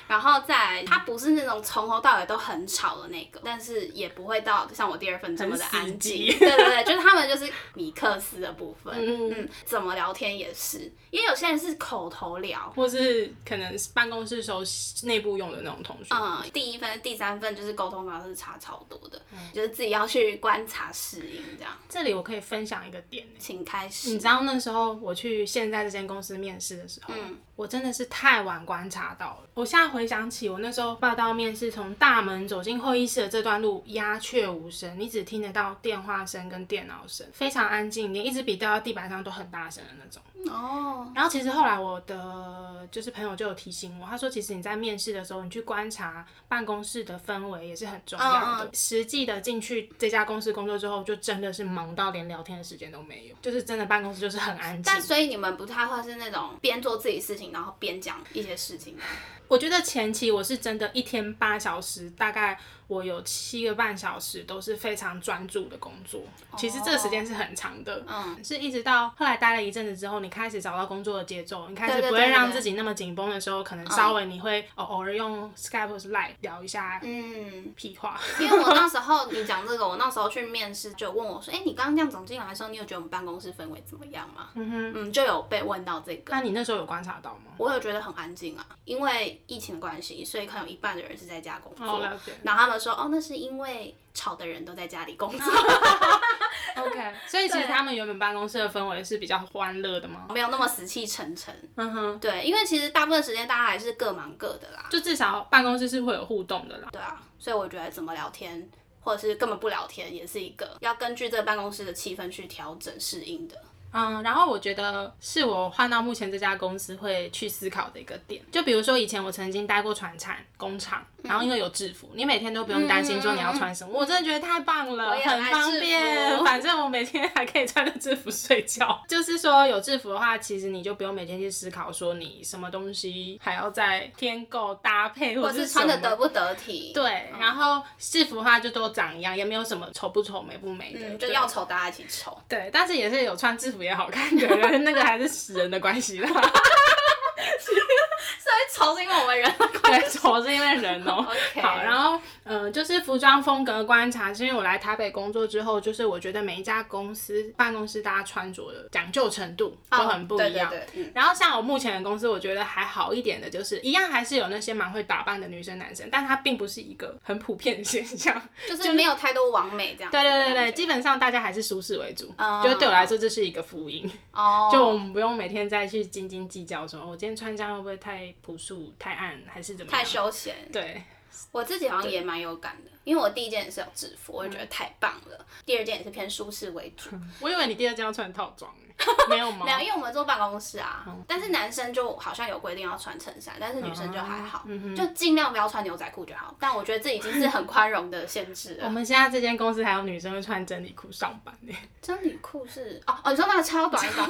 Speaker 1: 然后再来，他不是那种从头到尾都很吵的那个，但是也不会到像我第二份这么的
Speaker 2: 很死
Speaker 1: 安静
Speaker 2: 机。
Speaker 1: 对对 对，就是他们就是米克斯的部分，
Speaker 2: 嗯
Speaker 1: 嗯，怎么聊天也是，因为有些人是口头聊。
Speaker 2: 或是可能是办公室时候内部用的那种同学。
Speaker 1: 嗯，第一份、第三份就是沟通方式差超多的，
Speaker 2: 嗯
Speaker 1: 就是自己要去观察适应这样，
Speaker 2: 这里我可以分享一个点呢。
Speaker 1: 请开始。
Speaker 2: 你知道那时候我去现在这间公司面试的时候，我真的是太晚观察到了。我现在回想起，我那时候报到面试，从大门走进会议室的这段路鸦雀无声，你只听得到电话声跟电脑声，非常安静，连一支笔掉到地板上都很大声的那种。
Speaker 1: 哦，
Speaker 2: 然后其实后来我的就是朋友就有提醒我，他说其实你在面试的时候，你去观察办公室的氛围也是很重要的。
Speaker 1: 嗯嗯
Speaker 2: 实际的进去这家公司工作之后，就真的是忙到连聊天的时间都没有，就是真的办公室就是很安静
Speaker 1: 但。所以你们不太会是那种边做自己事情，然后边讲一些事情的。
Speaker 2: 我觉得前期我是真的一天八小时，大概我有七个半小时都是非常专注的工作。其实这个时间是很长的，
Speaker 1: 哦嗯
Speaker 2: 是一直到后来待了一阵子之后，你开始找到工作的节奏，你开
Speaker 1: 对
Speaker 2: 始
Speaker 1: 对
Speaker 2: 不
Speaker 1: 对
Speaker 2: 会
Speaker 1: 对
Speaker 2: 让
Speaker 1: 对
Speaker 2: 自己那么紧绷的时候，可能稍微你会哦偶偶尔用 Skype 或是 Line 聊一下
Speaker 1: 嗯，
Speaker 2: 屁话。
Speaker 1: 因为我那时候你讲这个，我那时候去面试就问我说：“哎、你刚刚这样走进来的时候，你有觉得我们办公室氛围怎么样吗？”嗯哼，嗯，就有被问到这个，
Speaker 2: 那你那时候有观察到吗？
Speaker 1: 我有觉得很安静啊，因为疫情的关系，所以可能有一半的人是在家工作。
Speaker 2: 哦，了解。
Speaker 1: 然后他们说：“哦，那是因为吵的人都在家里工作，
Speaker 2: OK，所以其实
Speaker 1: 对
Speaker 2: 他们原本办公室的氛围是比较欢乐的吗？
Speaker 1: 没有那么死气沉沉。
Speaker 2: 嗯哼，”
Speaker 1: 对，因为其实大部分时间大家还是各忙各的啦。
Speaker 2: 就至少办公室是会有互动的啦。
Speaker 1: 对啊，所以我觉得怎么聊天，或者是根本不聊天，也是一个要根据这个办公室的气氛去调整适应的。
Speaker 2: 嗯，然后我觉得是我换到目前这家公司会去思考的一个点。就比如说以前我曾经待过船产工厂，然后因为有制服，你每天都不用担心说你要穿
Speaker 1: 嗯
Speaker 2: 什么，我真的觉得太棒了，
Speaker 1: 我也很爱
Speaker 2: 很
Speaker 1: 制
Speaker 2: 方
Speaker 1: 服
Speaker 2: 便。反正我每天还可以穿着制服睡觉。就是说有制服的话，其实你就不用每天去思考说你什么东西还要再添购搭配，
Speaker 1: 或
Speaker 2: 或
Speaker 1: 是
Speaker 2: 是
Speaker 1: 穿的
Speaker 2: 什么
Speaker 1: 得嗯不得体，
Speaker 2: 对，然后制服的话就都长一样，也没有什么丑不丑、美不美的，
Speaker 1: 嗯，就
Speaker 2: 对
Speaker 1: 要丑大家一起 丑。
Speaker 2: 对，但是也是有穿制服也好看 的人，那个还是死人的关系啦。
Speaker 1: 所以丑是因为我们人，
Speaker 2: 对，丑是因为人 哦、
Speaker 1: OK
Speaker 2: 好，然后嗯、呃就是服装风格观察，是因为我来台北工作之后，就是我觉得每一家公司办公室大家穿着的讲究程度都很不一样。
Speaker 1: 对对对，
Speaker 2: 然后像我目前的公司，我觉得还好一点的，就是一样还是有那些蛮会打扮的女生男生，但它并不是一个很普遍的现象。
Speaker 1: 嗯，就是没有太多完美这样。
Speaker 2: 对对对对，，基本上大家还是舒适为主，
Speaker 1: 嗯
Speaker 2: 就是对我来说这是一个福音。
Speaker 1: 哦，
Speaker 2: 就我们不用每天再去斤斤计较说，我哦今天穿这样会不会太朴素、太暗，还是怎么样
Speaker 1: 太休闲。
Speaker 2: 对，
Speaker 1: 我自己好像也蛮有感的，因为我第一件也是有制服，我就觉得太棒了。第二件也是偏舒适为主，
Speaker 2: 我以为你第二件要穿套装欸，没有吗？
Speaker 1: 没有，因为我们坐办公室啊。但是男生就好像有规定要穿衬衫，但是女生就还好，就尽量不要穿牛仔裤就好。但我觉得这已经是很宽容的限制
Speaker 2: 我
Speaker 1: 了。
Speaker 2: 们现在这间公司还有女生会穿真理裤上班呢、
Speaker 1: 真理裤 是哦哦，你说那个超短一短，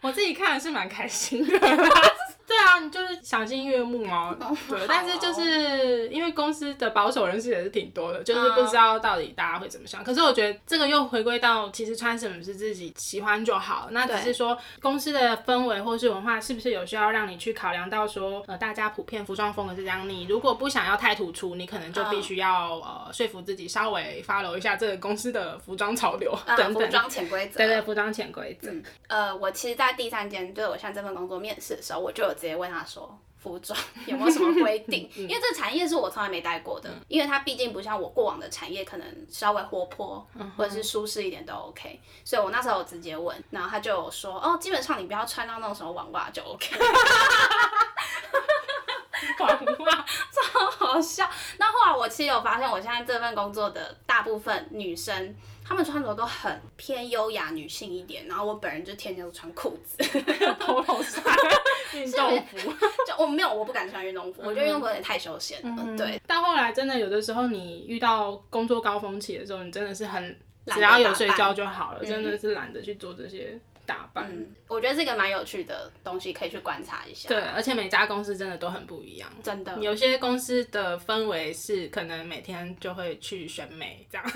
Speaker 2: 我自己看的是蛮开心的， 对啊，你就是赏心悦目啊。
Speaker 1: 哦
Speaker 2: 对，但是就是因为公司的保守人士也是挺多的，就是
Speaker 1: 嗯
Speaker 2: 不知道到底大家会怎么想。可是我觉得这个又回归到，其实穿什么是自己喜欢就好。那只是说公司的氛围或是文化是不是有需要让你去考量到说，呃，大家普遍服装风格是这样。你如果不想要太突出，你可能就
Speaker 1: 嗯
Speaker 2: 必须要、呃说服自己稍微 follow 一下这个公司的服装潮流、等
Speaker 1: 啊服
Speaker 2: 等。
Speaker 1: 装潜规则。
Speaker 2: 对对，服装潜规则。
Speaker 1: 呃，我其实，在第三间，就是我像这份工作面试的时候，我就有直接问他说，服装有没有什么规定？因为这产业是我从来没待过的，因为它毕竟不像我过往的产业，可能稍微活泼或者是舒适一点都 OK。所以我那时候我直接问，然后他就有说，哦，基本上你不要穿到那种什么网袜就 OK，
Speaker 2: 网袜，
Speaker 1: 超好笑。那后来我其实有发现，我现在这份工作的大部分女生。她们穿着都很偏优雅女性一点，然后我本人就天天都穿裤子，
Speaker 2: polo 衫、运动服。
Speaker 1: 就我没有，我不敢穿运动服，我觉得运动服有点太休闲
Speaker 2: 嗯
Speaker 1: 了。对，
Speaker 2: 到后来真的有的时候，你遇到工作高峰期的时候，你真的是很
Speaker 1: 懒
Speaker 2: 只
Speaker 1: 得
Speaker 2: 要
Speaker 1: 打
Speaker 2: 有
Speaker 1: 扮
Speaker 2: 睡觉就好了，真的是懒得去做这些打扮。
Speaker 1: 嗯，我觉得这个蛮有趣的东西，可以去观察一下。
Speaker 2: 对，，而且每家公司真的都很不一样。
Speaker 1: 真 的。
Speaker 2: 有些公司的氛围是可能每天就会去选美 这样，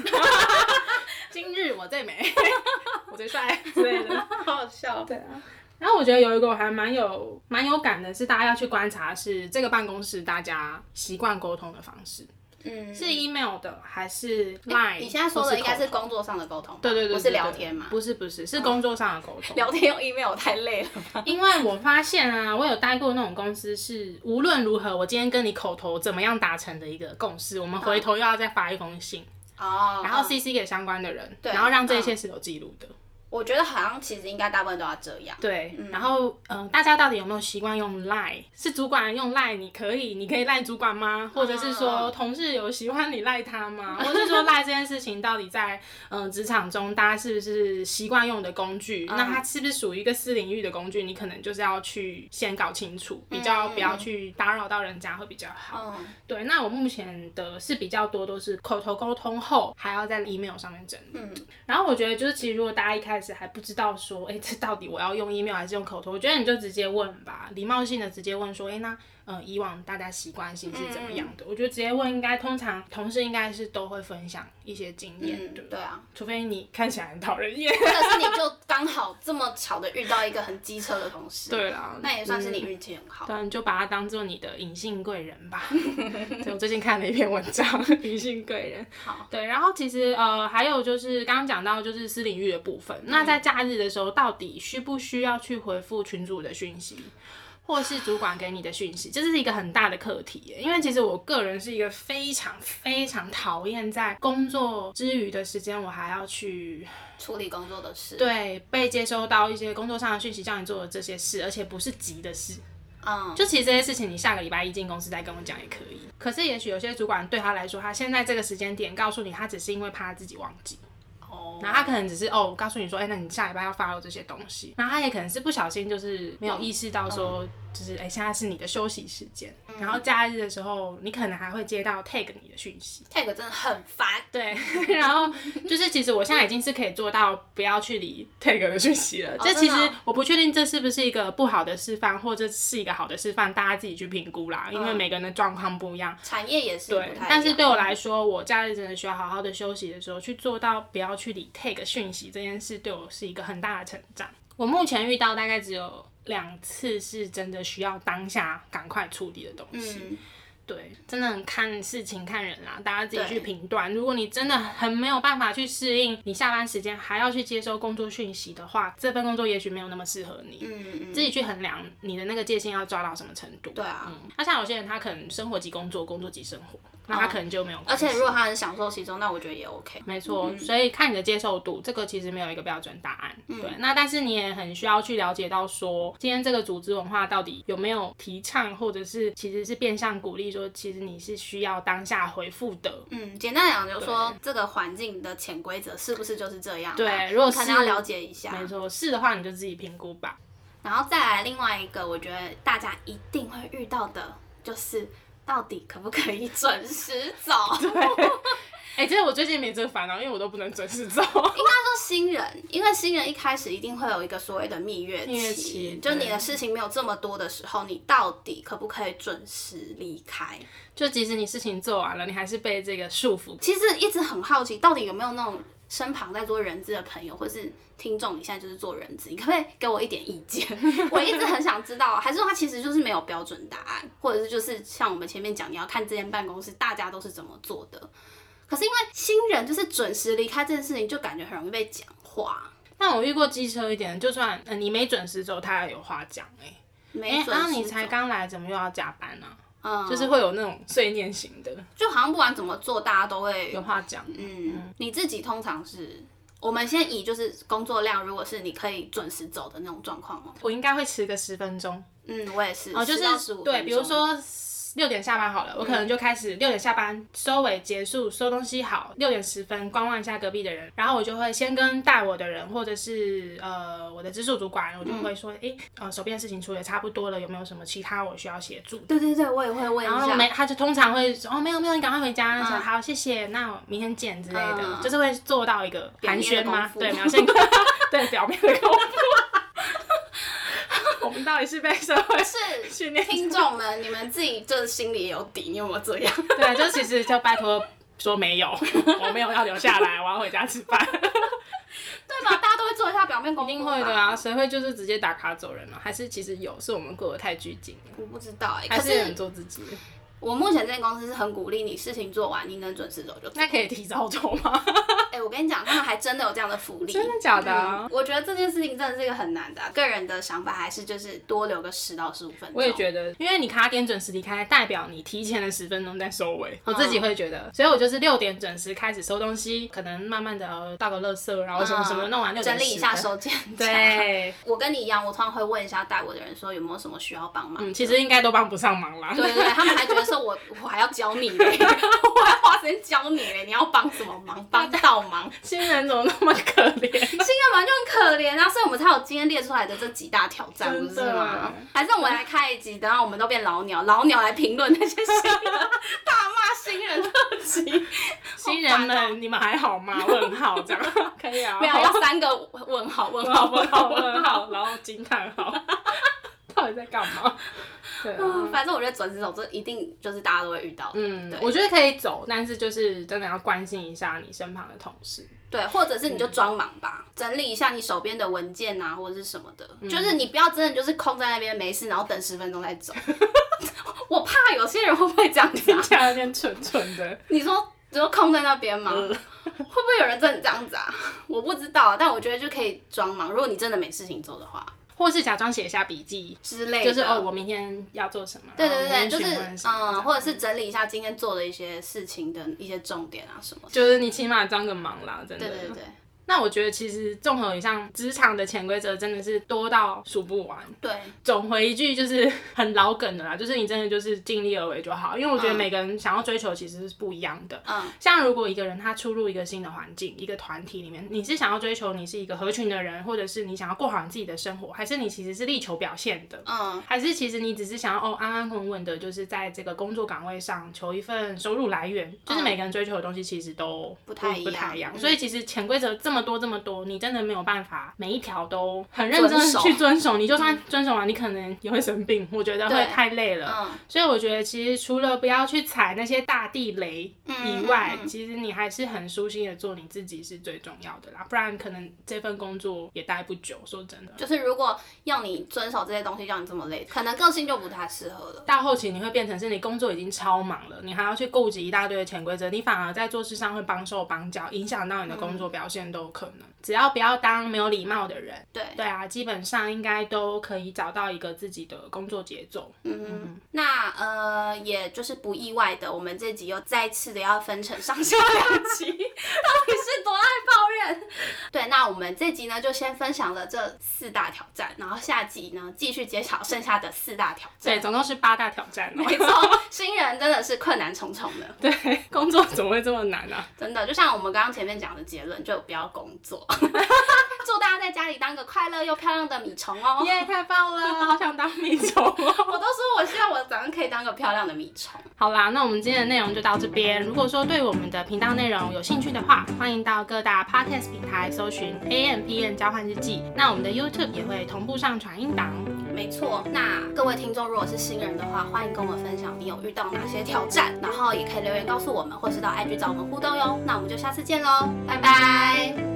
Speaker 2: 今日我最美，我 最帅之类的。
Speaker 1: 好好笑。
Speaker 2: 对啊。然后我觉得有一个我还蛮有蛮有感的是，大家要去观察是这个办公室大家习惯沟通的方式，
Speaker 1: 嗯，
Speaker 2: 是 email 的还是 line？
Speaker 1: 你现在说
Speaker 2: 或
Speaker 1: 的应该
Speaker 2: 口
Speaker 1: 是
Speaker 2: 头
Speaker 1: 工作上的沟通吧，
Speaker 2: 对对对，
Speaker 1: 不是
Speaker 2: 对
Speaker 1: 聊
Speaker 2: 对
Speaker 1: 天嘛？哦
Speaker 2: 不是不是，是工作上的沟 通。
Speaker 1: 聊天用 email 太累 了吧？
Speaker 2: 因为我发现啊，我有待过那种公司是，无论如何，我今天跟你口头怎么样达成的一个共识，我们回头又要再发一封信，
Speaker 1: 嗯哦，
Speaker 2: 然后 CC 给相关的人，
Speaker 1: 对嗯
Speaker 2: 然后让这些是有记录的。
Speaker 1: 我觉得好像其实应该大部分都要这样。
Speaker 2: 对，然后嗯、呃大家到底有没有习惯用 Line？是主管用 Line，你可以，你可以赖主管吗？或者是
Speaker 1: 嗯
Speaker 2: 说
Speaker 1: 嗯
Speaker 2: 同事有喜欢你赖他吗？ 或者是说赖这件事情到底在嗯职、场中，大家是不是习惯用的工具？那它是不是属于一个私领域的工具？你可能就是要去先搞清楚，比较不要去打扰到人家会比较好。
Speaker 1: 嗯，
Speaker 2: 对，那我目前的是比较多都是口头沟通后，还要在 email 上面整理。嗯，然后我觉得就是，其实如果大家一开始还不知道说，哎，这到底我要用 email 还是用口头，我觉得你就直接问吧，礼貌性的直接问说，哎，那呃，以往大家习惯性是怎么样的？我觉得直接问应该通常同事应该是都会分享一些经验，
Speaker 1: 嗯
Speaker 2: 对不对？
Speaker 1: 对啊，
Speaker 2: 除非你看起来很讨人厌。
Speaker 1: 或者是你就刚好这么巧的遇到一个很机车的同事，
Speaker 2: 对啦，
Speaker 1: 那也算是你运气很好。
Speaker 2: 对啊，你就把它当做你的隐性贵人 吧。对，我最近看了一篇文章，隐性贵人。
Speaker 1: 好，
Speaker 2: 对，然后其实呃，还有就是刚刚讲到就是私领域的部
Speaker 1: 嗯
Speaker 2: 分，那在假日的时候，到底需不需要去回复群主的讯息？或是主管给你的讯息，这是一个很大的课题耶。因为其实我个人是一个非常非常讨厌在工作之余的时间，我还要去
Speaker 1: 处理工作的事，
Speaker 2: 对被接收到一些工作上的讯息，叫你做的这些事，而且不是急的事。
Speaker 1: 嗯，
Speaker 2: 就其实这些事情，你下个礼拜一进公司再跟我讲也可以。可是也许有些主管对他来说，他现在这个时间点告诉你，他只是因为怕他自己忘记，
Speaker 1: 哦，
Speaker 2: 然后他可能只是哦，我告诉你说，哎、那你下礼拜要发 o 这些东西，然后他也可能是不小心就是没有意识到说，就是哎、现在是你的休息时间，然后假日的时候，你可能还会接到 tag 你的讯息。
Speaker 1: tag 真的很烦，
Speaker 2: 对， 然后就是其实我现在已经是可以做到不要去理 tag 的讯息了。这其
Speaker 1: 真
Speaker 2: 实
Speaker 1: 的哦
Speaker 2: 我不确定这是不是一个不好的示范，或者是一个好的示范，大家自己去评估啦，因为每个人的状况不一样。
Speaker 1: 产业也是嗯不太
Speaker 2: 对
Speaker 1: 一，样。
Speaker 2: 但是对我来说，我假日真的需要好好的休息的时候，去做到不要去理 tag 讯息这件事，对我是一个很大的成长。我目前遇到大概只有两次是真的需要当下赶快处理的东西。
Speaker 1: 嗯，
Speaker 2: 对，真的很看事情看人啦，大家自己
Speaker 1: 对
Speaker 2: 去评断。如果你真的很没有办法去适应，你下班时间还要去接收工作讯息的话，这份工作也许没有那么适合你。
Speaker 1: 嗯
Speaker 2: 自己去衡量你的那个界限要抓到什么程度。
Speaker 1: 对啊
Speaker 2: 嗯，那、像有些人他可能生活即工作，工作即生活，那他可能就没有关
Speaker 1: 哦而
Speaker 2: 系、
Speaker 1: 且如果他很享受其中，那我觉得也 OK。
Speaker 2: 没错，
Speaker 1: 嗯
Speaker 2: 所以看你的接受度，这个其实没有一个标准答案。
Speaker 1: 嗯
Speaker 2: 对，那但是你也很需要去了解到说，今天这个组织文化到底有没有提倡，或者是其实是变相鼓励说，其实你是需要当下回复的。
Speaker 1: 嗯，简单讲就是说，这个环境的潜规则是不是就是这样啊？
Speaker 2: 对如果
Speaker 1: 可
Speaker 2: 是
Speaker 1: 能要了解一下
Speaker 2: 没。错，是的话你就自己评估吧。
Speaker 1: 然后再来另外一个，我觉得大家一定会 遇到的，就是到底可不可以准时走？
Speaker 2: 哎、其实我最近没这个烦恼，因为我都不能准时 走。
Speaker 1: 说新人，因为新人一开始一定会有一个所谓的蜜月期，
Speaker 2: 蜜月期
Speaker 1: 就
Speaker 2: 对
Speaker 1: 你的事情没有这么多的时候，你到底可不可以准时离开？
Speaker 2: 就即使你事情做完了，你还是被这个束缚。
Speaker 1: 其实一直很好奇，到底有没有那种身旁在做人资的朋友，或是听众，你现在就是做人资，你可不可以给我一点意 见？我一直很想知道，还是说他其实就是没有标准答案，或者是就是像我们前面讲，你要看这间办公室大家都是怎么做的。可是因为新人就是准时离开这件事情，就感觉很容易被讲话，
Speaker 2: 但我遇过机车一点，就算、呃、你没准时走，他也有话讲哎、欸。
Speaker 1: 没
Speaker 2: 哎
Speaker 1: 准
Speaker 2: 啊，
Speaker 1: 时
Speaker 2: 你才
Speaker 1: 走
Speaker 2: 刚来，怎么又要加班呢、
Speaker 1: 嗯，
Speaker 2: 就是会有那种碎念型的，
Speaker 1: 就好像不管怎么做，大家都会
Speaker 2: 有话讲。
Speaker 1: 嗯，你自己通常是。我们先以就是工作量，如果是你可以准时走的那种状况哦。
Speaker 2: 我应该会迟个十分钟，
Speaker 1: 嗯，我也是，
Speaker 2: 哦，就
Speaker 1: 10到15
Speaker 2: 是
Speaker 1: 分
Speaker 2: 对，比如
Speaker 1: 钟
Speaker 2: 说六点下班好了，我可能就开始六点下班收尾结束收东西好，六点十分观望一下隔壁的人，然后我就会先跟带我的人或者是呃我的直属主管，我就会说，诶，呃手边的事情处理得差不多了，有没有什么其他我需要协助？
Speaker 1: 对对对，我也会问
Speaker 2: 然
Speaker 1: 一
Speaker 2: 后
Speaker 1: 下。
Speaker 2: 没，他就通常会说哦，没有没有，你赶快回家。说、好，谢谢，那我明天见之类的，
Speaker 1: 嗯
Speaker 2: 就是会做到一个寒
Speaker 1: 面的
Speaker 2: 暄吗
Speaker 1: 功？夫
Speaker 2: 对，表现对表面的功夫。 我们到底是被社会训
Speaker 1: 是
Speaker 2: 练
Speaker 1: 听众们，你们自己就是心里有底，你有没有这样？
Speaker 2: 对，啊就其实就拜托说没有，我没有要留下来，我要回家吃饭。
Speaker 1: 对吧？大家都会做一下表面功
Speaker 2: 一
Speaker 1: 夫，
Speaker 2: 定会的啊，。谁会就是直接打卡走人呢、啊还是其实有，是我们过得太拘谨了，
Speaker 1: 我不知道哎、
Speaker 2: 还
Speaker 1: 可
Speaker 2: 是很
Speaker 1: 是
Speaker 2: 做自己？
Speaker 1: 我目前这间公司是很鼓励你事情做完，你能准时走 就走。
Speaker 2: 那可以提早走吗？
Speaker 1: 哎、我跟你讲，他们还真的有这样的福利，
Speaker 2: 真的假的啊、
Speaker 1: 嗯我觉得这件事情真的是一个很难的啊、个人的想法还是就是多留个十到十五分钟。
Speaker 2: 我也觉得，因为你卡点准时离开，代表你提前了十分钟在收尾。我自己会觉得，所以我就是六点准时开始收东西，可能慢慢的倒个垃圾，然后什么什么弄完六点
Speaker 1: 嗯整理一下
Speaker 2: 10分。
Speaker 1: 收件夹。
Speaker 2: 对，
Speaker 1: 我跟你一样，我通常会问一下带我的人说有没有什么需要帮忙。
Speaker 2: 嗯，其实应该都帮不上忙啦。
Speaker 1: 对对对，他们还觉得说我我还要教你嘞， 我还花时间教你嘞，你要帮什么忙？帮倒忙，
Speaker 2: 新人怎么那么可
Speaker 1: 新人
Speaker 2: 怜？
Speaker 1: 本来就很可怜啊，所以我们才有今天列出来的这几大挑战，不
Speaker 2: 真的
Speaker 1: 是吗？还是我们来开一集，等到我们都变老鸟，老鸟来评论那些新人，大骂新人 特辑，
Speaker 2: 新人们，你们还好吗？问号这样可以啊。
Speaker 1: 没有要三个问号问
Speaker 2: 问
Speaker 1: 号
Speaker 2: 号问号问号，然后惊叹号，到底在干嘛？对啊。
Speaker 1: 嗯 反正我觉得转职走这一定就是大家都会遇到的，
Speaker 2: 嗯
Speaker 1: 对，
Speaker 2: 我觉得可以走，但是就是真的要关心一下你身旁的同事。
Speaker 1: 对，或者是
Speaker 2: 嗯
Speaker 1: 你就装忙吧，整理一下你手边的文件啊，或者是什么的，
Speaker 2: 嗯
Speaker 1: 就是你不要真的就是空在那边没事，然后等十分钟再走。 我怕有些人会不会这样 子啊？
Speaker 2: 这样有点蠢蠢的。
Speaker 1: 你说你说空在那边吗？
Speaker 2: 嗯
Speaker 1: 会不会有人真的这样子啊？我不知道，但我觉得就可以装忙。如果你真的没事情做的话
Speaker 2: 或是假装写一下笔记，
Speaker 1: 之类的，
Speaker 2: 就是哦，我哦明天要做什么？
Speaker 1: 对对
Speaker 2: 然后
Speaker 1: 对对，
Speaker 2: 明
Speaker 1: 就
Speaker 2: 天
Speaker 1: 是
Speaker 2: 询问什么这
Speaker 1: 嗯，
Speaker 2: 样
Speaker 1: 或者是整理一下今天做的一些事情的一些重点啊什么的。
Speaker 2: 就是你起码帮个忙啦，真的。
Speaker 1: 对对对
Speaker 2: 那我觉得其实综合以上，职场的潜规则真的是多到数不完。
Speaker 1: 对，
Speaker 2: 总回一句就是很老梗的啦， 就是你真的就是尽力而为就好，因为我觉得每个人想要追求其实是不一样的。
Speaker 1: 嗯，
Speaker 2: 像如果一个人他出入一个新的环境、一个团体里面，你是想要追求你是一个合群的人，或者是你想要过好你自己的生活，还是你其实是力求表现的？
Speaker 1: 嗯，
Speaker 2: 还是其实你只是想要哦安安稳稳的，就是在这个工作岗位上求一份收入来源，就是每个人追求的东西其实都
Speaker 1: 嗯不太一
Speaker 2: 不
Speaker 1: 样
Speaker 2: 太一样，
Speaker 1: 嗯
Speaker 2: 所以其实潜规则这么多这么多，你真的没有办法每一条都很认真
Speaker 1: 遵守
Speaker 2: 去遵守，你就算遵守完，你可能也会生病，我觉得会
Speaker 1: 对
Speaker 2: 太累了。
Speaker 1: 嗯
Speaker 2: 所以我觉得其实除了不要去踩那些大地雷以外，
Speaker 1: 嗯嗯嗯
Speaker 2: 其实你还是很舒心的做你自己是最重要的啦，不然可能这份工作也待不久。说真的，
Speaker 1: 就是如果要你遵守这些东西，让你这么累，可能个性就不太适合了。
Speaker 2: 到后期你会变成是你工作已经超忙了，你还要去顾及一大堆的潜规则，你反而在做事上会帮手帮脚，影响到你的工作表现都有可能。只要不要当没有礼貌的人，
Speaker 1: 对，
Speaker 2: 对啊，基本上应该都可以找到一个自己的工作节奏。
Speaker 1: 嗯，那呃，也就是不意外的，我们这集又再次的要分成上下两集， 到底是多爱抱怨？对，那我们这集呢就先分享了这四大挑战，然后下集呢继续揭晓剩下的四大挑战。
Speaker 2: 对，总共是八大挑战、
Speaker 1: 没
Speaker 2: 哦。
Speaker 1: 错，新人真的是困难重重的，
Speaker 2: 对，工作怎么会这么难啊？
Speaker 1: 真的，就像我们刚刚前面讲的结论，就不要工作。 祝大家在家里当个快乐又漂亮的米虫哦！
Speaker 2: 耶、太棒了，好想当米虫哦！
Speaker 1: 我都说我希望我早上可以以当个漂亮的米虫。
Speaker 2: 好啦，那我们今天的内容就到这边。如果说对我们的频道内容有兴趣的话，欢迎到各大 podcast 平台搜寻 A M P N 交换日记。那我们的 YouTube 也会同步上传音档。
Speaker 1: 没错，那各位听众如果是新人的话，欢迎跟我们分享你有遇到哪些挑战，然后也可以留言告诉我们，或是到 IG 找我们互动哟。那我们就下次见喽，拜拜